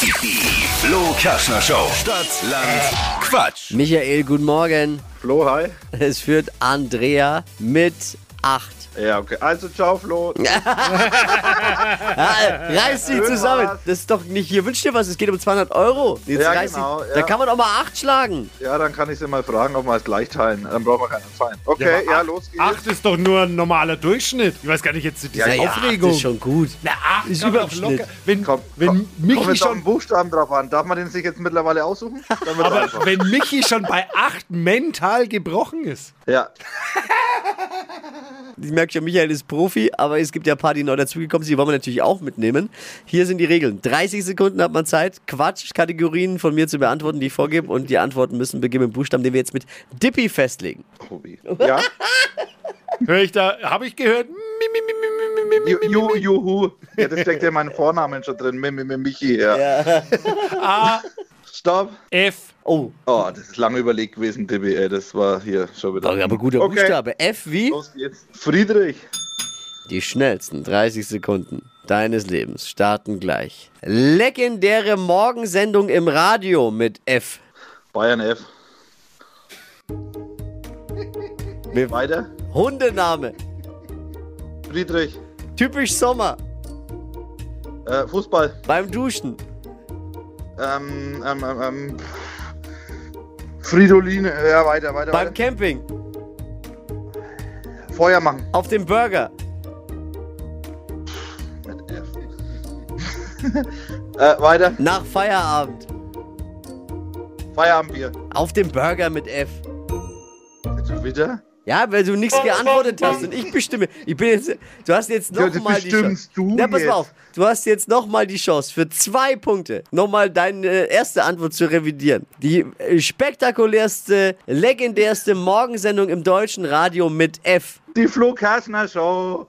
Die Flo Kaschner Show. Stadt, Land, Quatsch. Michael, guten Morgen. Flo, hi. Es führt Andrea mit 8. Ja, okay. Also, ciao, Flo. Ah, Reiß dich zusammen. war's. Das ist doch nicht hier. Wünsch dir was. Es geht um 200 Euro. Jetzt Ja, reiß genau, dich- ja. Da kann man auch mal 8 schlagen. Ja, dann kann ich sie mal fragen, ob wir es gleich teilen. Dann brauchen wir keinen Feind. Okay, ja, los geht's. Acht ist doch nur ein normaler Durchschnitt. Ich weiß gar nicht jetzt diese Ja, ja, Aufregung. Das ist schon gut. Na, acht Ist ist aber doch Überschnitt. locker. Wenn, Komm, wenn komm, Michi kommt jetzt auf den schon, Buchstaben drauf an. Darf man den sich jetzt mittlerweile aussuchen? Dann wird's aber einfach. wenn Michi schon bei acht mental gebrochen ist. Ja, Ich merke schon, Michael ist Profi, aber es gibt ja ein paar, die neu dazugekommen sind. Die wollen wir natürlich auch mitnehmen. Hier sind die Regeln. 30 Sekunden hat man Zeit, Quatschkategorien von mir zu beantworten, die ich vorgebe. Und die Antworten müssen beginnen mit dem Buchstaben, den wir jetzt mit Dippy festlegen. Tobi. Ja, Hör ich da, habe ich gehört? Mi, mi, mi, mi, mi, mi, mi, ju, ju, juhu. Ja, das steckt ja in meinem Vornamen schon drin. Mi, mi, mi, Michi, ja. A, Stopp. F. Oh, Oh, das ist lange überlegt gewesen, Tippi. Ey, das war hier schon wieder. war aber guter Okay. Buchstabe. F wie? Los geht's. Friedrich. Die schnellsten 30 Sekunden deines Lebens starten gleich. Legendäre Morgensendung im Radio mit F. Bayern F. Wir- Weiter. Hundename. Friedrich. Typisch Sommer. Äh, Fußball. Beim Duschen. Ähm, ähm, ähm, ähm. Fridoline, ja, weiter, weiter, Beim weiter. Camping. Feuer machen. Auf dem Burger. Mit F. äh, weiter. Nach Feierabend. Feierabendbier. Auf dem Burger mit F. Jetzt schon wieder? Ja, weil du nichts geantwortet hast und ich bestimme. Ich bin jetzt, du hast jetzt Ja, das nochmal die Chance. bestimmst du Na, pass jetzt. mal auf. Du hast jetzt nochmal die Chance, für zwei Punkte nochmal deine äh, erste Antwort zu revidieren. Die äh, spektakulärste, legendärste Morgensendung im deutschen Radio mit F. Die Flo Kassner Show.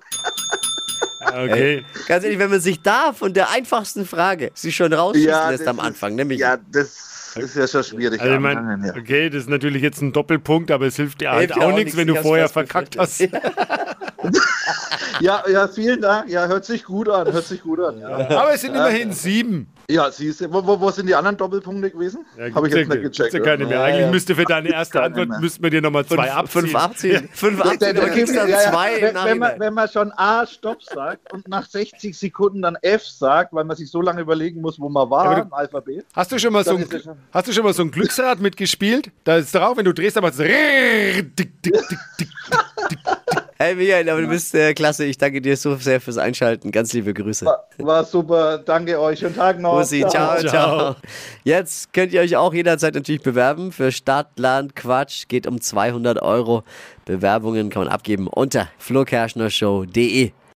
Okay. Ganz ehrlich, wenn man sich da von der einfachsten Frage sie schon rausschießen lässt das am ist- Anfang, ne, nämlich Ja, das ist ja schon schwierig. Also ich am mein, Anfang, ja. okay, das ist natürlich jetzt ein Doppelpunkt, aber es hilft dir halt Hilft dir auch, nichts, wenn ich du hab's vorher fast verkackt hast. befürchtet. ja, ja, vielen Dank. Ja, hört sich gut an. Hört sich gut an. Ja, Aber es sind immerhin sieben. ja siehst du, wo, wo, wo sind die anderen Doppelpunkte gewesen? Ja, Habe ich jetzt gibt's nicht ja- gecheckt. gibt's Ja keine mehr. Ja, Eigentlich ja. müsste für deine erste keine Antwort mehr. müssten wir dir nochmal zwei abziehen. Fünf abziehen. Fünf abziehen, aber kriegst dann Ja, ja. zwei im wenn, wenn, Nachhinein. man, wenn man schon A Stopp sagt und nach 60 Sekunden dann F sagt, weil man sich so lange überlegen muss, wo man war aber du- im Alphabet. Hast du schon mal so Dann ein, ist er schon- hast du schon mal so ein Glücksrad mitgespielt? Da ist drauf, wenn du drehst, dann macht's rrrr, dick, dick, dick, dick. Hey Michael, aber du bist äh, klasse. Ich danke dir so sehr fürs Einschalten. Ganz liebe Grüße. War, war super, danke euch. Schönen Tag noch. Bussi, ciao, ciao, Ciao. Jetzt könnt ihr euch auch jederzeit natürlich bewerben für Stadt, Land, Quatsch. Geht um 200 Euro. Bewerbungen kann man abgeben unter flokerschnershow.de.